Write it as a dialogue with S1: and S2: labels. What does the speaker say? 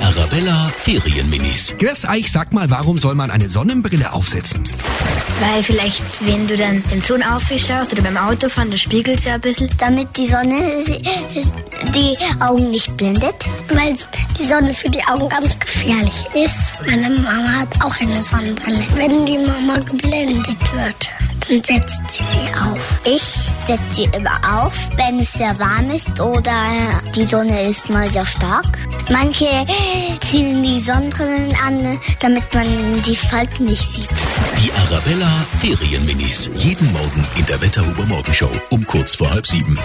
S1: Arabella Ferienminis.
S2: Chris Eich, sag mal, warum soll man eine Sonnenbrille aufsetzen?
S3: Weil vielleicht, wenn du dann den Sohn aufschaust oder beim Autofahren, das spiegelt ja ein bisschen.
S4: damit die Sonne sie- die Augen nicht blendet, weil die Sonne für die Augen ganz gefährlich ist. Meine Mama hat auch eine Sonnenbrille. Wenn die Mama geblendet wird, dann setzt sie sie auf. Ich setze sie immer auf, wenn es sehr warm ist oder die Sonne ist mal sehr stark. Manche ziehen die Sonnenbrillen an, damit man die Falten nicht sieht.
S1: Die Arabella Ferienminis. Jeden Morgen in der Wetterhuber Morgenshow um kurz vor halb sieben.